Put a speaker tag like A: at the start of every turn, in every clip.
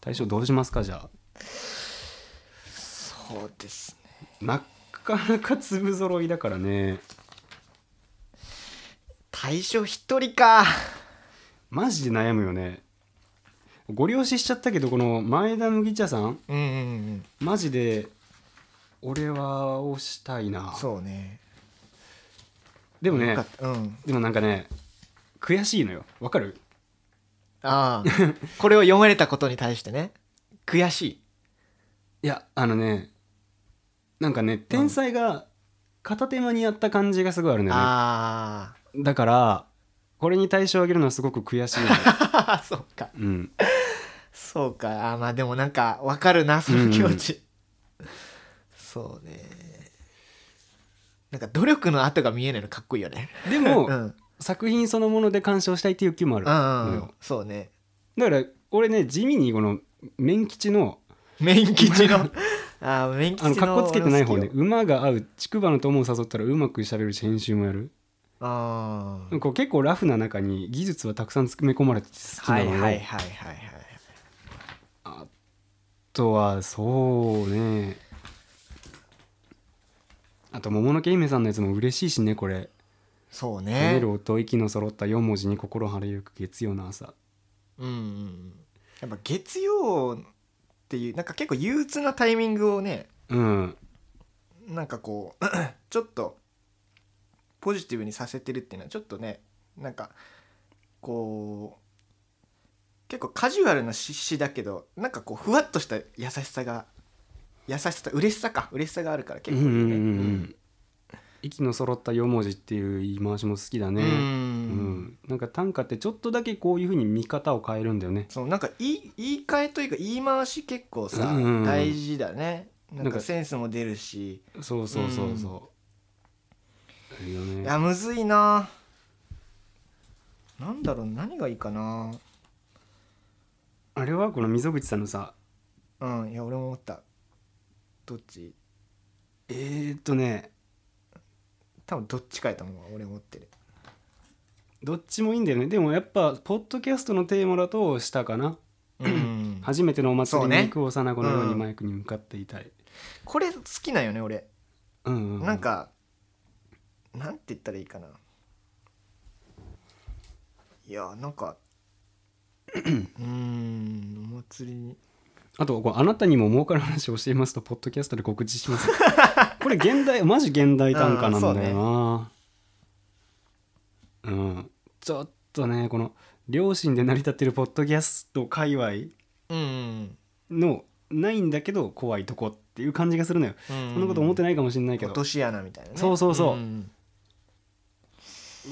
A: 対象どうしますかじゃあ
B: そうですね
A: なかなか粒揃いだからね
B: 対象一人か
A: マジで悩むよねご了承しちゃったけどこの前田麦茶さん
B: うんうんうん
A: マジで俺は押したいな
B: そうね
A: でも
B: よ
A: ね
B: かったうん
A: でもなんかね悔しいのよわかる
B: ああ これを読まれたことに対してね悔しい
A: いやあのねなんかね天才が片手間にやった感じがすごいあるんだよね
B: あ
A: だからこれに対象を挙げるのはすごく悔しいの よ、
B: あそうか
A: うん、
B: そうかあーまあでもなんかわかるなその気持ち、そうねなんか努力の跡が見えないのかっこいいよね
A: で
B: う
A: も、
B: んうん
A: 作品そのもので鑑賞したいっていう欲求もある
B: うん
A: の
B: う
A: よ
B: んそうね
A: だから俺ね地味にこの面吉の
B: 面吉 のあー面吉
A: あ
B: の
A: のかっこつけてない方ね
B: 俺好きよ
A: 馬が合う竹馬の友を誘ったらうまくしゃべるし編集もやる
B: あー
A: こう結構ラフな中に技術はたくさん詰め込まれてて好き
B: は
A: ないの
B: はい
A: よ、
B: はいはいはい
A: あとはそうねあと桃の毛姫さんのやつも嬉しいしねこれ
B: そ
A: 「
B: う
A: 跳
B: ね
A: ねる音息の揃った4文字に心晴れゆく月曜の朝
B: うんうんうんやっぱ月曜っていうなんか結構憂鬱なタイミングをね」
A: うん
B: なんかこう ちょっとポジティブにさせてるっていうのはちょっとねなんかこう結構カジュアルな詩詩だけどなんかこうふわっとした優しさが優しさ嬉しさか嬉しさがあるから
A: うん
B: 結
A: う
B: 構いい
A: んうん
B: ね
A: うん息の揃った4文字っていう言い回しも好きだ
B: うん
A: ねうん、なんか短歌ってちょっとだけこういうふうに見方を変えるんだよね
B: そのなんか言い言い換えというか言い回し結構さ、
A: うんうんうん
B: 大事だねなん
A: なん
B: か
A: か
B: センスも出るし
A: そうそうそうそう、いいよ
B: い
A: ね
B: やむずいななんだろう何がいいかな
A: あれはこの溝口さんのさ
B: うんいや俺も思ったどっち
A: えー、っとね
B: 多分どっちかやと思うわ俺持ってる
A: どっちもいいんだよねでもやっぱポッドキャストのテーマだと下かな、
B: うん
A: 初めてのお祭りに
B: そうね
A: 行く幼子のように
B: うん
A: マイクに向かっていたい、
B: これ好きなんよね俺
A: うんうんうん
B: なんかなんて言ったらいいかないやな んかうんお祭りに
A: あとこうあなたにも儲かる話を教えますとポッドキャストで告知し ますこれ現代マジ現代短歌なんだよなうん、ちょっとねこの両親で成り立ってるポッドキャスト界隈
B: うん
A: のないんだけど怖いとこっていう感じがするのよ、
B: そん
A: そんなこと思って
B: な
A: な
B: い
A: いかもしれないけ
B: 落
A: ど
B: とし穴みたいなね
A: そうそうそうん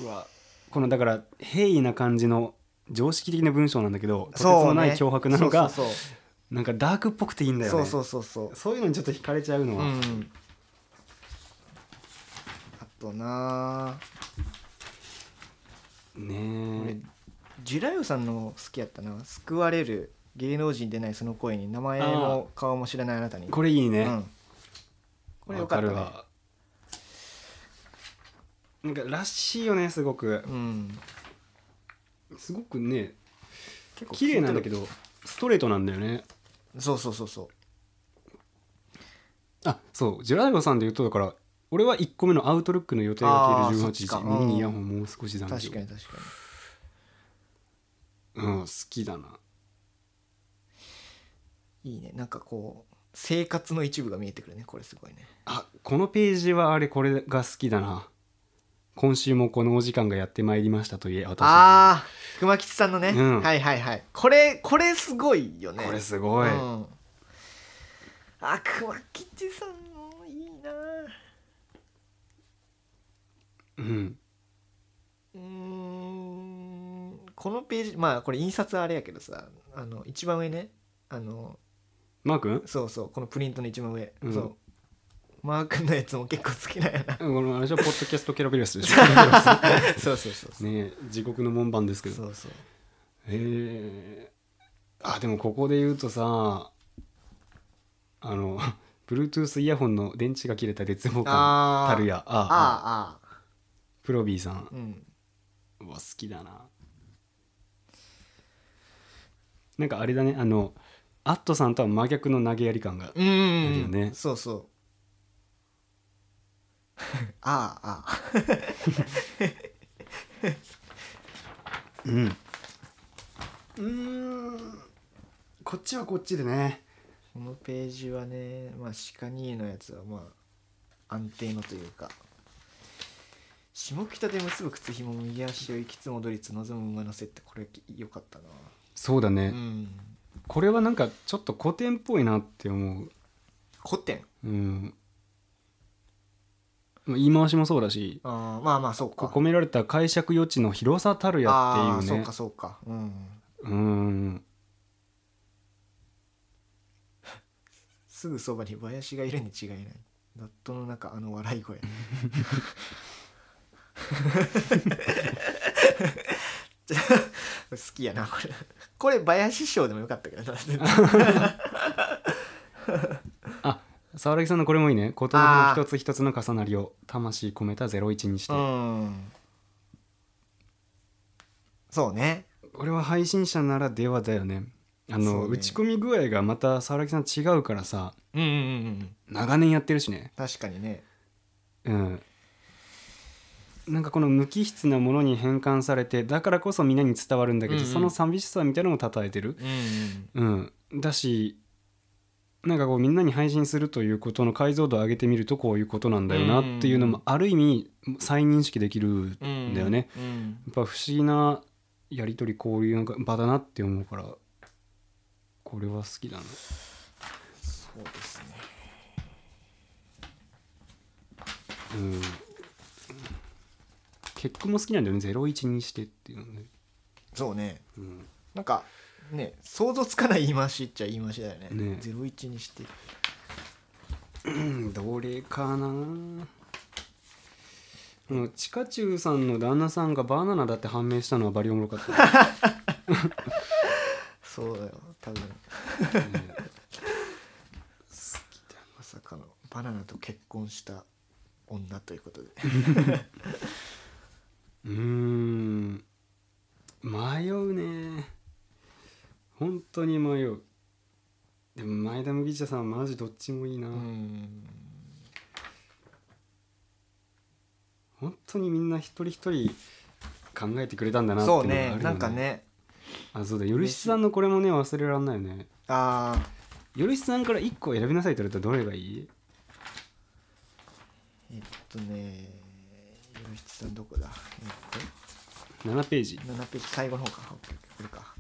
A: うわこのだから平易な感じの常識的な文章なんだけどとてつ
B: そう
A: もない脅迫なのが、
B: そう
A: なんかダークっぽくていいんだよね
B: そうそうそうそうそう
A: そういうのにちょっと惹かれちゃうの
B: う
A: は、
B: んあとな俺
A: ね
B: ジュラヨさんの好きやったな「救われる芸能人でないその声に名前も顔も知らないあなたに」
A: えこれいいね、
B: うん、これよかった
A: わ
B: ね
A: るわなんからしいよねすごく
B: うん、
A: すごくね
B: 結
A: 綺麗なんだけどストレートなんだよね
B: そうそうそうそう
A: あそうジェラードさんで言うとだから俺は1個目のアウトルックの予定が消える18時
B: あーそっちか
A: 耳にイヤホンもう少し残
B: 確か
A: 業
B: に確かに
A: うん好きだない
B: いねなんかこう生活の一部が見えてくるねこれすごいね
A: あこのページはあれこれが好きだな今週もこのお時間がやってまいりましたといえ私
B: ああ熊吉さんのね、
A: うん
B: はいはいはいこれこれすごいよね
A: これすごい、
B: うん、あ熊吉さんもいいな
A: うん、
B: うーんこのページまあこれ印刷はあれやけどさあの一番上ねあの
A: マー君
B: そうそうこのプリントの一番上、
A: うん
B: そうマー君のやつも結構好きな んやな
A: このあ れじゃポッドキャストケロビロスでしょ
B: そうそうそうそう
A: ねえ地獄の門番ですけど
B: そうそう
A: へえあでもここで言うとさあの Bluetooth イヤホンの電池が切れた絶望感
B: あー
A: たるやああ
B: あーあ
A: プロビーさん
B: ーうん
A: うわ好きだななんかあれだねあのアットさんとは真逆の投げやり感が
B: うんうん
A: ある
B: う
A: よ
B: ん、
A: ね
B: そう そうあああ
A: うんうーんこっちはこっちでね
B: このページはねまあ鹿兄のやつはまあ安定のというか下北で結ぶ靴ひも右足を行きつ戻りつ望む馬のせってこれ良かったな
A: そうだね、
B: うん
A: これはなんかちょっと古典っぽいなって思う
B: 古典
A: うんまあ言い回しもそうだし
B: あーまあまあそう
A: こ
B: か
A: う込められた解釈余地の広さたるや
B: あ
A: っ
B: ー
A: てい
B: そうう
A: ね
B: かそうかうん
A: うん
B: すぐそばに林がいるに違いないナットの中あの笑い声ちょ 好きやなこれこれ林賞でもよかったけどな
A: 沢木さんのこれもいいね言葉の一つ一つの重なりを魂込めた01にして、
B: うんそうね
A: これは配信者ならではだよねあ
B: そ
A: の
B: うね
A: 打ち込み具合がまた沢木さん違うからさ
B: うんうんうんうん
A: 長年やってるしね
B: 確かにね
A: うんなんかこの無機質なものに変換されてだからこそみんなに伝わるんだけど、
B: うんうん
A: その寂しさみたいなのを称えてる
B: うんうん
A: うん、だしなんかこうみんなに配信するということの解像度を上げてみるとこういうことなんだよなっていうのもある意味再認識できるん
B: うん
A: だよね。
B: うん
A: やっぱ不思議なやり取り交流の場だなって思うからこれは好きだな。
B: そうですね
A: うん結句も好きなんだよね「01にして」っていうのね。
B: そうね
A: うん
B: なんかね想像つかない言い回しっちゃ言い回しだよね
A: ね
B: ゼロ一にして
A: うんどれかなこのチカチュウさんの旦那さんがバナナだって判明したのはバリおもろかった。
B: そうだよ多分
A: ね
B: まさかのバナナと結婚した女ということで
A: うーん迷うね本当に迷うでも前田麦茶さんはマジどっちもいいな、
B: うん
A: 本当にみんな一人一人考えてくれたんだなってい
B: そう
A: のがある
B: ね
A: よね
B: なんかね
A: あそうだよるしさんのこれもね忘れらんないよね
B: ああ
A: よるしさんから1個選びなさいって言われたらどれがいい
B: えっとね吉吉さんどこだえっと
A: ?7 ページ
B: 7ページ最後の方かオッケーオッケーこれか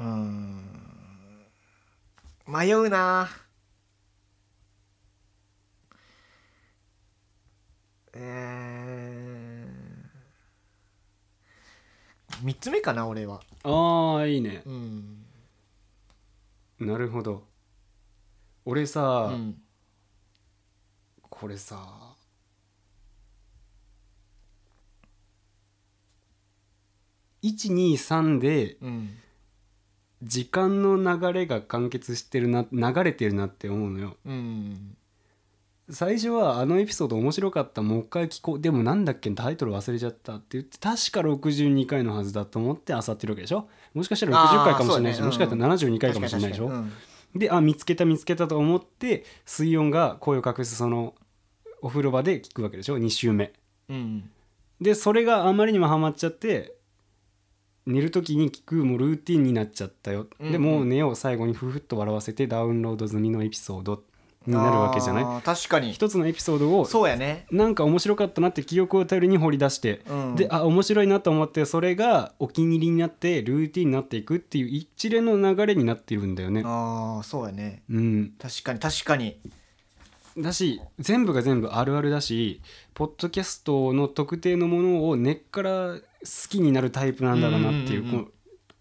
B: うーん迷うなえー、3つ目かな俺は
A: ああいいね
B: うん、
A: なるほど俺
B: う
A: さ、
B: ん、
A: これさ123で
B: うん
A: 時間の流れが完結してるな流れてるなって思うのよ
B: うん
A: 最初はあのエピソード面白かったもう一回聞こうでもなんだっけタイトル忘れちゃったって言って確か62回のはずだと思って漁ってるわけでしょもしかしたら60回かもしれないし、
B: あーそうだねうん
A: もしかしたら72回かもしれないでしょ、
B: 確かに確か
A: であ見つけた見つけたと思って水温が声を隠すそのお風呂場で聞くわけでしょ2週目
B: にうん
A: でそれがあまりにもハマっちゃって寝る時に聞くもうルーティンになっちゃったよ、
B: うんうん
A: でもう寝を最後にふふっと笑わせてダウンロード済みのエピソード
B: う
A: に
B: ん
A: なるわけじゃない
B: あー確かに
A: 一つのエピソードを
B: そうやね
A: なんか面白かったなって記憶を頼りに掘り出して、
B: うん
A: であ面白いなと思ってそれがお気に入りになってルーティンになっていくっていう一連の流れになっているんだよね。
B: ああそうやね
A: うん、
B: 確かに確かに
A: だし全部が全部あるあるだしポッドキャストの特定のものを根っから好きになるタイプなんだろうなっていう,、
B: うんうんうんうん
A: こう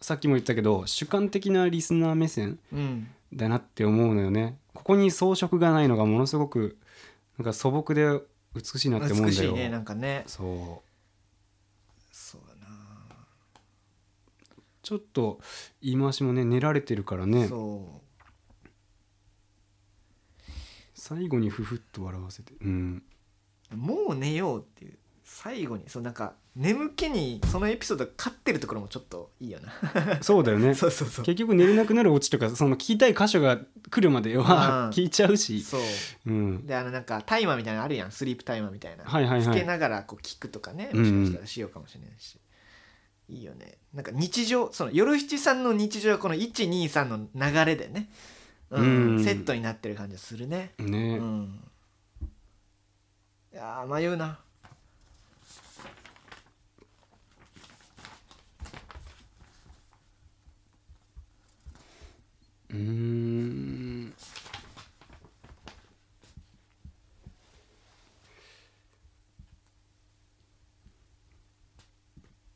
A: さっきも言ったけど主観的なリスナー目線
B: うん
A: だなって思うのよねここに装飾がないのがものすごくなんか素朴で美しいなって思うん
B: 美
A: だ
B: しい
A: よ、
B: ねなんかね
A: そう
B: そうだな、
A: ちょっと言い回しもね練られてるからね
B: そ
A: 最後にふふっと笑わせてうん
B: うもう寝ようっていう最後にそうなんか眠気にそのエピソードが勝ってるところもちょっといいよな
A: そうだよね
B: そうそうそう
A: 結局寝れなくなるオチとかその聞きたい箇所が来るまで
B: うん
A: は 聞いちゃうし、
B: そう
A: うん、
B: であのなんかタイマーみたいなのあるやんスリープタイマーみたいな、
A: はいはいはい
B: つけながらこう聞くとかね
A: うん
B: も
A: う
B: し
A: ん
B: かしたらしようかもしれないし、いいよねなんか日常その夜七さんの日常はこの123の流れでね、う
A: う
B: ん
A: ん
B: セットになってる感じがするねう
A: ね、
B: んいやー迷うな
A: うーん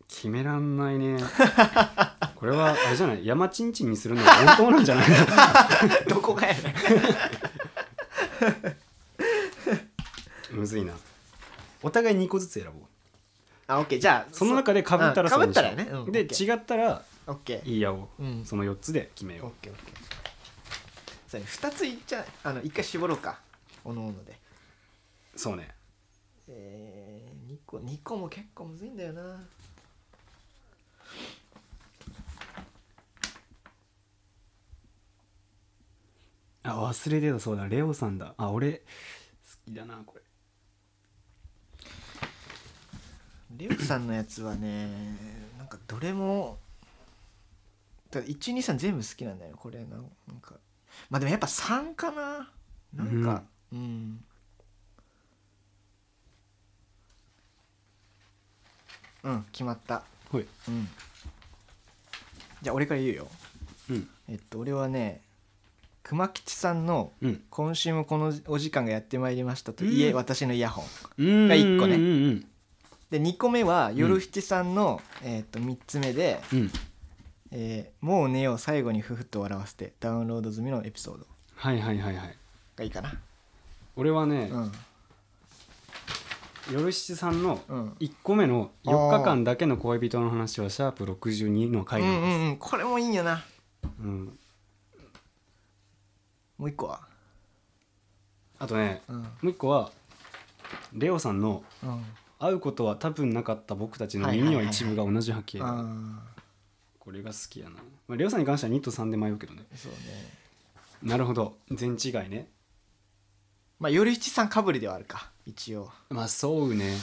A: 決めらんないね これはあれじゃない山ちんちんにするのが本当なんじゃ ないの
B: どこがやねん
A: むずいなお互い2個ずつ選ぼう
B: あオッケーじゃあ
A: その中でかぶったら
B: か
A: それ
B: ぶっ
A: に
B: た
A: しよ
B: ら
A: う
B: ね、うん、
A: で
B: オッケ
A: 違
B: ー
A: ったら
B: オッケー
A: いいやを
B: うん
A: その4つで決め
B: オッ
A: よ
B: ケーオッケーそうね2ついっちゃあの1回絞ろうかおのおので
A: うそうね
B: えー、2個2個も結構むずいんだよな
A: あ忘れてたそうだレオさんだあ俺好きだなこれ
B: レオさんのやつはねなんかどれもだ123全部好きなんだよこれななんかまあでもやっぱ3かななんかうん、うん決まった、
A: ほい
B: うん、じゃあ俺から言うよ
A: うん
B: えっと俺はね熊吉さんの
A: う
B: 「
A: ん
B: 今週もこのお時間がやってまいりました」と「いえ
A: うん
B: 私のイヤホン」
A: うん
B: が一個ね
A: うんうんうん
B: で2個目は夜七さんの、えー、と3つ目で、
A: うん
B: えーもう寝よう最後にふふっと笑わせて」ダウンロード済みのエピソード
A: はいはいはいはい
B: がいいかな
A: 俺はね、
B: うん
A: よろしさんの
B: うん
A: 1個目の4日間だけの恋人の話はシャープ62の
B: う
A: 回
B: んう
A: なんです、
B: んうんこれもいいんやな
A: うん
B: もう1個は
A: あとね
B: うん
A: もう1個はレオさんの
B: うん
A: 「会うことは多分なかった僕たちの
B: はいはい
A: 耳
B: はい
A: は
B: はい
A: 一部が同じ波形だ」
B: あ
A: これが好きやな、まあ、レオさんに関しては2と3で迷うけどね
B: ーそうね
A: なるほど全違いね
B: まあ夜七さんかぶりではあるか一応
A: まあそうね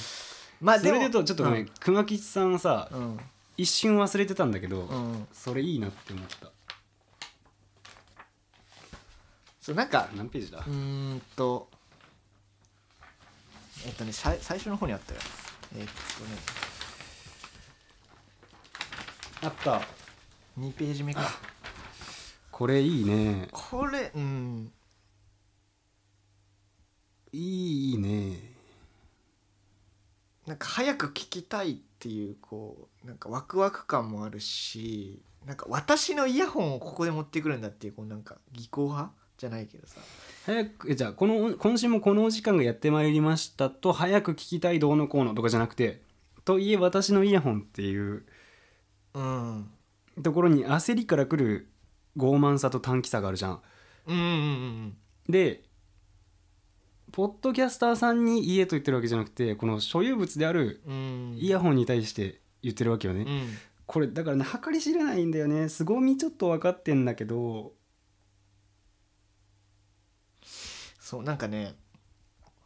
B: まあ
A: そ
B: で
A: れ
B: も
A: で言うとちょっとごめん、熊吉さんはさ、
B: うん
A: 一瞬忘れてたんだけど、
B: うん、うん、
A: それいいなって思った
B: そうなんか
A: 何ページだ、
B: うーんとえっとねさい最初の方にあったよえっとね
A: あった
B: 2ページ目か
A: これいいね
B: これうん
A: いいいいね
B: なんか早く聞きたいっていうこうなんかワクワク感もあるしなんか私のイヤホンをここで持ってくるんだっていうこうなんか技巧派じゃないけどさ
A: 早くえじゃあこの今週もこのお時間がやってまいりましたと早く聞きたいどうのこうのとかじゃなくてといえ私のイヤホンっていう
B: うん
A: ところに焦りからくる傲慢さと短気さがあるじゃん
B: うんうんうん
A: でポッドキャスターさんに家と言ってるわけじゃなくてこの所有物である
B: うんうん
A: イヤホンに対して言ってるわけよね、
B: うん
A: これだからね計り知れないんだよね凄みちょっと分かってんだけど
B: そうなんかね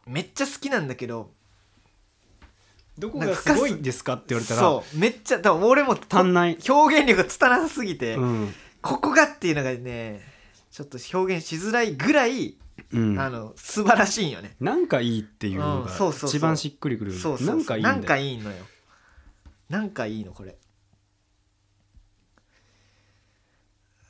B: めっちゃ好きなんだけど
A: どこ
B: な
A: が
B: んか深
A: す
B: す
A: ごいですかって言われたら
B: そうめっちゃだから俺も
A: 足んない、
B: 表現力がつたなさすぎて、
A: うん
B: ここがっていうのがねちょっと表現しづらいぐらい、
A: うん、
B: あの素晴らしいんよね、
A: なんかいいっていうの
B: うん
A: が
B: そうそうそう
A: 一番しっくりくるよね
B: そうそうそう
A: なんかいいんだよ
B: なんかいいのよなんかいいのこれ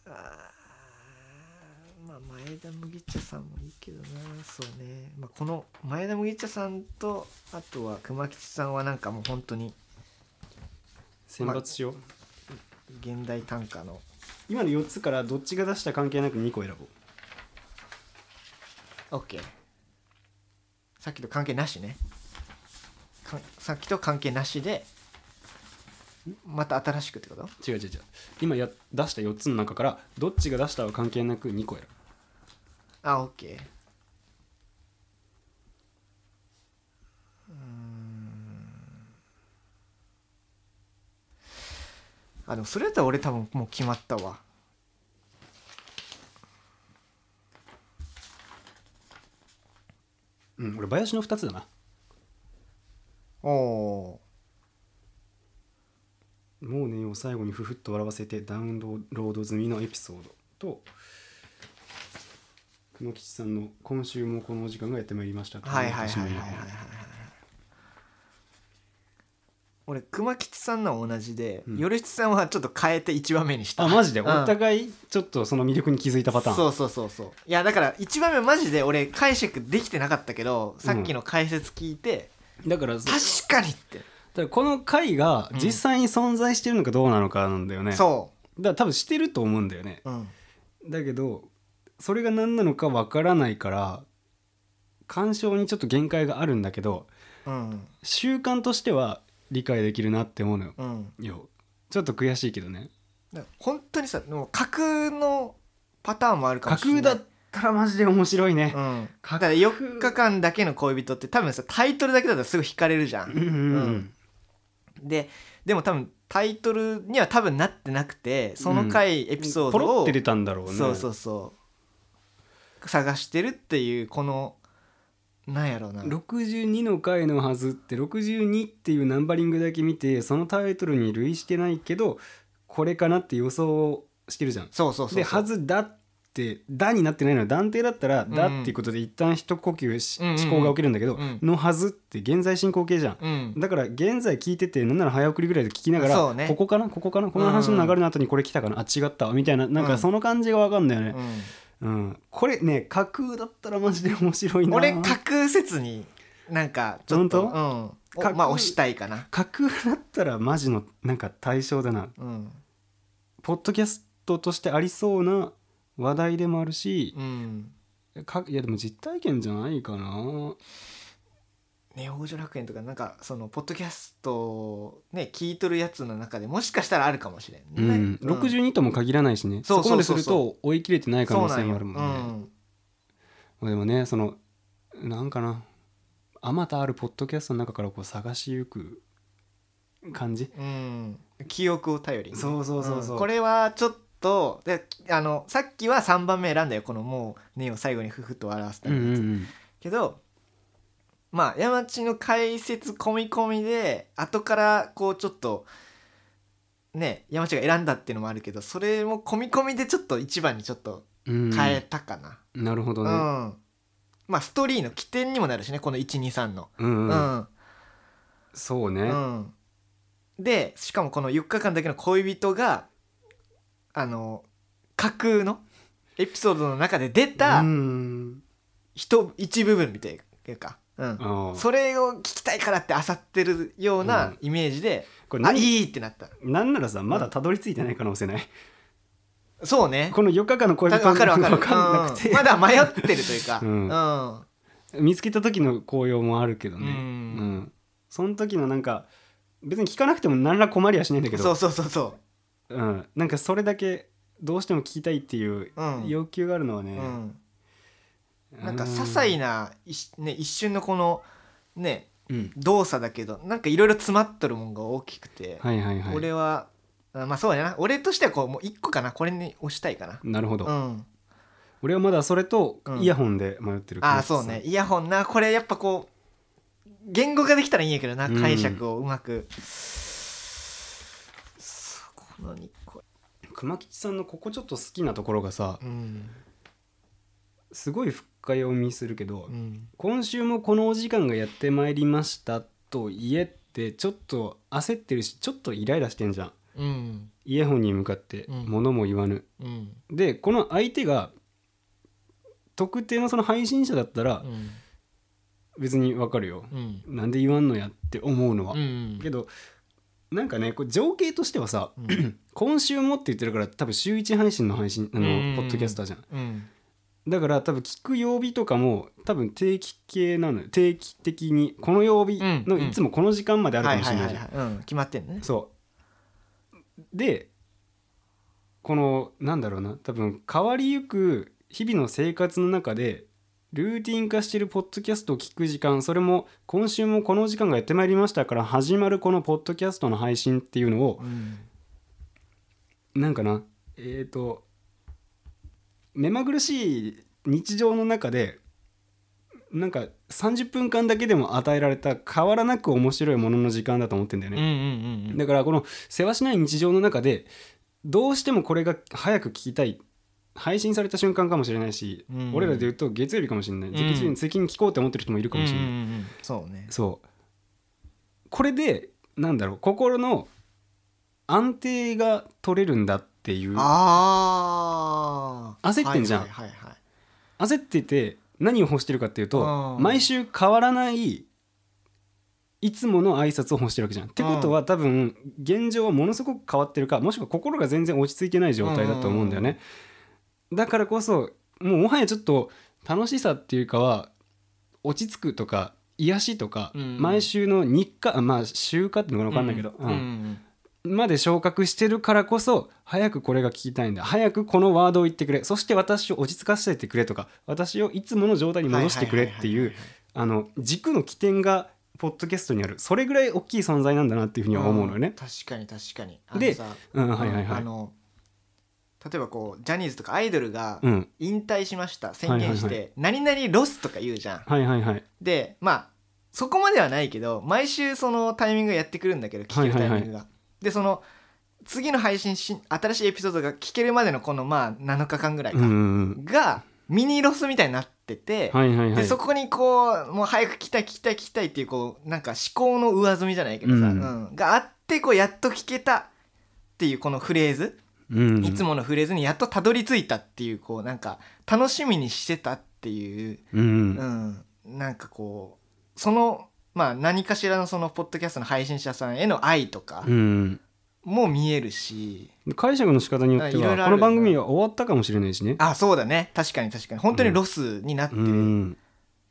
B: あーまあ前田麦茶さんもいいけどなそうね、まあ、この前田麦茶さんとあとは熊吉さんはなんかもう本当に
A: 選抜しよう、
B: 現代短歌の
A: 今の4つからどっちが出した関係なく2個選ぼう
B: OK さっきと関係なしねかさっきと関係なしでまた新しくってこと
A: 違う違う違う今や出した4つの中からどっちが出したは関係なく2個選
B: あ、オッケー。うーんあでもそれだったら俺多分もう決まったわ
A: うん、俺林の2つだな
B: おお
A: もうねを最後にふふっと笑わせてダウンロード済みのエピソードと熊吉さんの「今週もこのお時間がやってまいりました」
B: ーはいはいはいはいはい
A: とうの
B: はい
A: が
B: はい俺熊吉さんのは同じで、
A: うん
B: よろしつさんはちょっと変えて1話目にした
A: あマジで、
B: うん
A: お互いちょっとその魅力に気づいたパターン
B: そうそうそうそういやだから1番目マジで俺解釈できてなかったけどさっきの解説聞いて、
A: だからそ
B: 確かにって、
A: だからこの回が
B: うん
A: 実際に存在してるのかどうなのかなんだよね、だか
B: そ
A: ら多分してると思うんだよね
B: う、うん、
A: だけどそれが何なのかわからないから鑑賞にちょっと限界があるんだけど
B: うん
A: 習慣としては理解できるなって思うのよ
B: うん
A: よちょっと悔しいけどね
B: だから本当にさでも架空のパターンもあるかも
A: 架
B: しれな
A: 空
B: い
A: だったらマジで面白いね、
B: うん、
A: 架空
B: だから4日間だけの恋人って多分さタイトルだけだったらすぐ惹かれるじゃ
A: うん
B: ん、
A: うんうん
B: ででも多分タイトルには多分なってなくてその回エピソード
A: ポ
B: を、
A: ロって出たんだろうね
B: そうそうそう探してるっていうこのなんやろうな
A: 62の回のはずって62っていうナンバリングだけ見てそのタイトルに類してないけどこれかなって予想してるじゃん。
B: そうそうそうそう
A: で「はずだ」って「だ」になってないのは断定だったら「
B: ん
A: だ」っていうことで一旦一呼吸し、
B: うんうんうん
A: 思考が起きるんだけど「
B: うん
A: のはず」って現在進行形じゃん。
B: うん
A: だから現在聞いててなんなら早送りぐらいで聞きなが
B: そ
A: ら、
B: うね
A: ここかなここかなこの話の流れの後にこれ来たかな、あ違ったわみたいななんかその感じが分かんだよね、うんこれね架空だったらマジで面白い
B: うん
A: な
B: 俺架空説になんかちょっと、うん、
A: 架空
B: おまあ押したいかな、
A: 架空だったらマジのなんか対象だな
B: うん
A: ポッドキャストとしてありそうな話題でもあるし、
B: うん、
A: かいやでも実体験じゃないかな
B: ね王女楽園とかなんかそのポッドキャストをね聞いとるやつの中でもしかしたらあるかもしれ
A: うん
B: ね、
A: ん、62とも限らないしね
B: そ
A: そうこま
B: そう
A: です
B: そうそう
A: ると追い切れてない可
B: そう
A: 能
B: な
A: 性
B: ん
A: もあ
B: よ
A: るもんねでもねそのなんかなあまたあるポッドキャストの中からこう探しゆく感じ
B: うん、うん記憶を頼りに
A: そうそうそうそう
B: これはちょっとであのさっきは3番目選んだよこの「もうね」を最後にふふっと笑わせた
A: うん
B: や
A: ん
B: つ、
A: うん
B: けどまあ山地の解説込み込みで後からこうちょっとね山地が選んだっていうのもあるけどそれも込み込みでちょっと一番にちょっと
A: うん、うん、
B: 変えたかな、
A: なるほ
B: う
A: ど
B: ん
A: ね
B: まあストーリーの起点にもなるしねこの123の
A: うん、
B: う
A: うん
B: ん
A: そう
B: う
A: ね、
B: んでしかもこの4日間だけの恋人があの架空のエピソードの中で出た
A: うん
B: 人一部分みたいなか、うん、
A: ああ
B: それを聞きたいからって漁ってるよう
A: う
B: なんイメージで、
A: これ
B: あ
A: 何
B: いいってなった
A: なんならさまだたどり着いてない可能性ない、
B: そうね
A: この4日間の恋
B: た
A: 人
B: わかるわかる
A: 分かんなくて
B: うん、まだ迷ってるというか
A: う
B: うんん、うん
A: 見つけた時の紅葉もあるけどね
B: うん
A: んその時のなんか別に聞かなくても何ら困りはしないんだけ
B: そ
A: ど、
B: うそうそうそう
A: ん、なんかそれだけどうしても聞きたいっていう
B: うん
A: 要求があるのはね
B: う、、うん、なんか些細な、いしね、一瞬のこのね
A: うん、
B: 動作だけどなんかいろいろ詰まっとるもんが大きくて、
A: はいはいはい
B: 俺はあまあそうやな俺としてはこうもう一個かなこれに押したいかな
A: なるほど、
B: うん
A: 俺はまだそれと
B: うん
A: イヤホンで迷ってる
B: ああそうねイヤホンなこれやっぱこう言語化できたらいいんやけどな
A: うん
B: 解釈をうまく、そうこの2個
A: 熊吉さんのここちょっと好きなところがさ
B: うん、
A: すごい深読みするけど、
B: うん、
A: 今週もこのお時間がやってまいりましたと言えってちょっと焦ってるしちょっとイライラしてんじゃん
B: うん
A: イヤホンに向かって
B: うん
A: 物も言わぬ、
B: うん
A: でこの相手が特定のその配信者だったら
B: うん
A: 別にわかるよ、
B: うん
A: なんで言わんのやって思うのは、
B: うん
A: けどなんかねこう情景としてはさ
B: う
A: 「今週も」って言ってるから多分週1配信の配信あの
B: うん
A: ポッドキャスターじゃん
B: ん
A: だから多分聞く曜日とかも多分定期系なのよ定期的にこの曜日
B: うん
A: の
B: うん
A: いつもこの時間まである
B: は
A: かも
B: い
A: し
B: はい
A: れない
B: は
A: じ
B: い
A: ゃん
B: はい、うん、決まってんね
A: そうでこのなんだろうな多分変わりゆく日々の生活の中でルーティン化しているポッドキャストを聞く時間それも今週もこの時間がやってまいりましたから始まるこのポッドキャストの配信っていうのを
B: うん
A: なんかなえっ、と目まぐるしい日常の中でなんか30分間だけでも与えられた変わらなく面白いものの時間だと思ってんだよ
B: う
A: ね
B: んう。んうん
A: だからこのせわしない日常の中でどうしてもこれが早く聞きたい配信された瞬間かもしれないし、
B: うん
A: 俺らで言うと月曜日かもしれない、
B: ん
A: 月曜日に通勤聞こうって思ってる人もいるかもしれない、
B: うんうんうんうんそうね
A: そうこれでなんだろう心の安定が取れるんだっていう
B: ああ
A: 焦ってんじゃん
B: はいはいはいはい
A: 焦ってて何を欲してるかっていうと
B: うん
A: 毎週変わらないいつもの挨拶を欲してるわけじゃん。ってことは多分現状はものすごく変わってるかもしくは心が全然落ち着いてない状態だと思うんだよね。だからこそもうもはやちょっと楽しさっていうかは落ち着くとか癒しとか
B: うん
A: 毎週の日課あまあ週課ってのか分かんないけど、
B: うんうん
A: うんまで昇格してるからこそ早くこれが聞きたいんだ早くこのワードを言ってくれそして私を落ち着かせてくれとか私をいつもの状態に戻してくれってい
B: は
A: うあの軸の起点がポッドキャストにあるそれぐらい大きい存在なんだなっていうふうには思うのよ
B: ん
A: ね。
B: 確かに確かにあの
A: で
B: さ
A: うん、はいはいは
B: あ
A: い。
B: の例えばこうジャニーズとかアイドルが
A: うん、
B: 引退しました宣言し
A: はいは
B: て「何々ロス」とか言うじゃん。
A: はいはいはい。
B: でまあそこまではないけど毎週そのタイミングがやってくるんだけど聞けるタイミングが。
A: はいはい
B: でその次の配信し新しいエピソードが聞けるまでのこのまあ7日間ぐらいか、
A: うんうん
B: がミニロスみたいになってて。
A: うん、はいはいは
B: で
A: い
B: そ。こにこうもう早く聞きたい聞きたい聞きたいっていうこうなんか思考の上積みじゃないけどさ、
A: うん
B: うんがあってこうやっと聞けたっていうこのフレーズ、
A: うん
B: いつものフレーズにやっとたどり着いたっていうこうなんか楽しみにしてたっていう、
A: うんうん
B: うん、なんかこうそのまあ何かしらのそのポッドキャストの配信者さんへの愛とか
A: うん
B: も見えるし、
A: 解釈の仕方によって
B: いろいろ
A: は
B: あ
A: この
B: るよね
A: 番組は終わったかもしれないしね。
B: あそうだね確かに確かに本当にロスになって
A: う
B: る
A: ん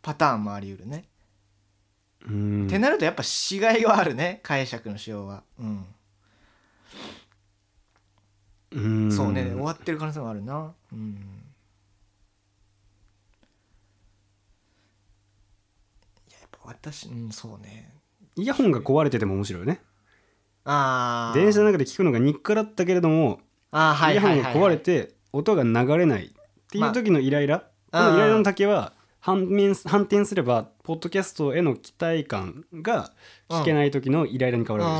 B: パターンもあり得るね。
A: うん
B: ってなるとやっぱ違いはあるね解釈の仕様は、うん
A: うん
B: そうね終わってる可能性もあるなうんいややっぱ私うんそうね
A: イヤホンが壊れてても面白いよね。
B: あー
A: 電車の中で聞くのが日課だったけれども
B: あーは
A: イ
B: い
A: ヤホ
B: は
A: ン
B: い
A: が
B: はい、
A: 壊れて音が流れないっていう時のイライラ、
B: まあ
A: こ
B: う
A: の
B: ん
A: イライラの竹は反面反転すればポッドキャストへの期待感が聞けない時のイライラに変わるわけ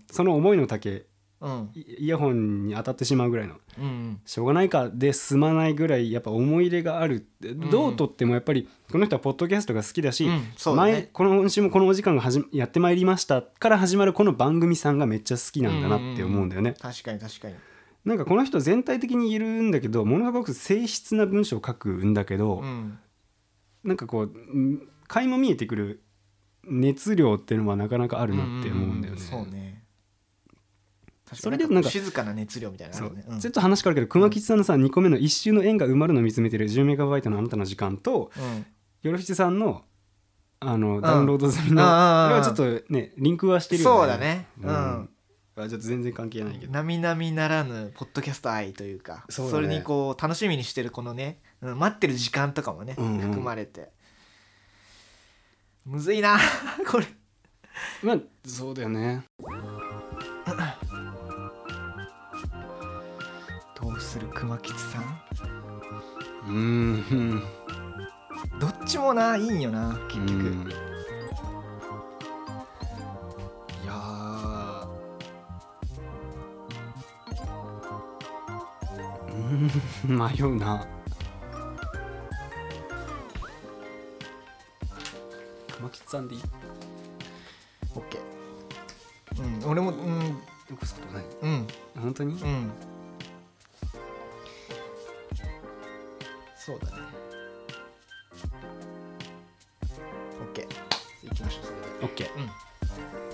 A: でしょ、その思いの竹
B: うんうん
A: イイヤホンに当たってしまうぐらいの
B: うんうん
A: しょうがないかで済まないぐらいやっぱ思い入れがあるって、
B: ん
A: どうとってもやっぱりこの人はポッドキャストが好きだし、
B: うんそうだね
A: 前この今週もこのお時間が始まやってまいりましたから始まるこの番組さんがめっちゃ好きなんだなって思うんだよね。
B: 確かに確かに
A: なんかこの人全体的に言えるんだけどものすごく静筆な文章を書くんだけど、
B: うん
A: なんかこううん垣間見えてくる熱量っていうのはなかなかあるなって思うんだよね。
B: そうね確
A: そ
B: か
A: れ
B: に
A: で
B: なん
A: なん
B: か
A: か
B: 静かな熱量みたいなの
A: そ
B: あ
A: う
B: るねうん
A: ちょっと話変わるけど熊吉さんのさ2個目の「一周の縁が埋まるのを見つめてる 10MB のあなたの時間」と
B: うん
A: よろひちさんのあの
B: ん
A: ダウンロード済みのこれ
B: ああ
A: はちょっとねリンクはしてるよね。
B: そうだね
A: うん
B: うん
A: あちょっと全然関係ないけど。
B: 並々ならぬポッドキャスト愛というか
A: そ
B: そ,、
A: うだね
B: れにこう楽しみにしてるこのね、うん待ってる時間とかもね、
A: うんうん
B: 含まれてむずいな これ
A: まあそうだよね。
B: どうする熊吉さん
A: うーん
B: どっちもないいんよな結局、
A: うんいやーうーん 迷うな熊吉さんでいい
B: オッケーうん俺もうん
A: 残すことない
B: うん
A: 本当に
B: うんそうだねオッケー行きましょうそれで
A: OK
B: うん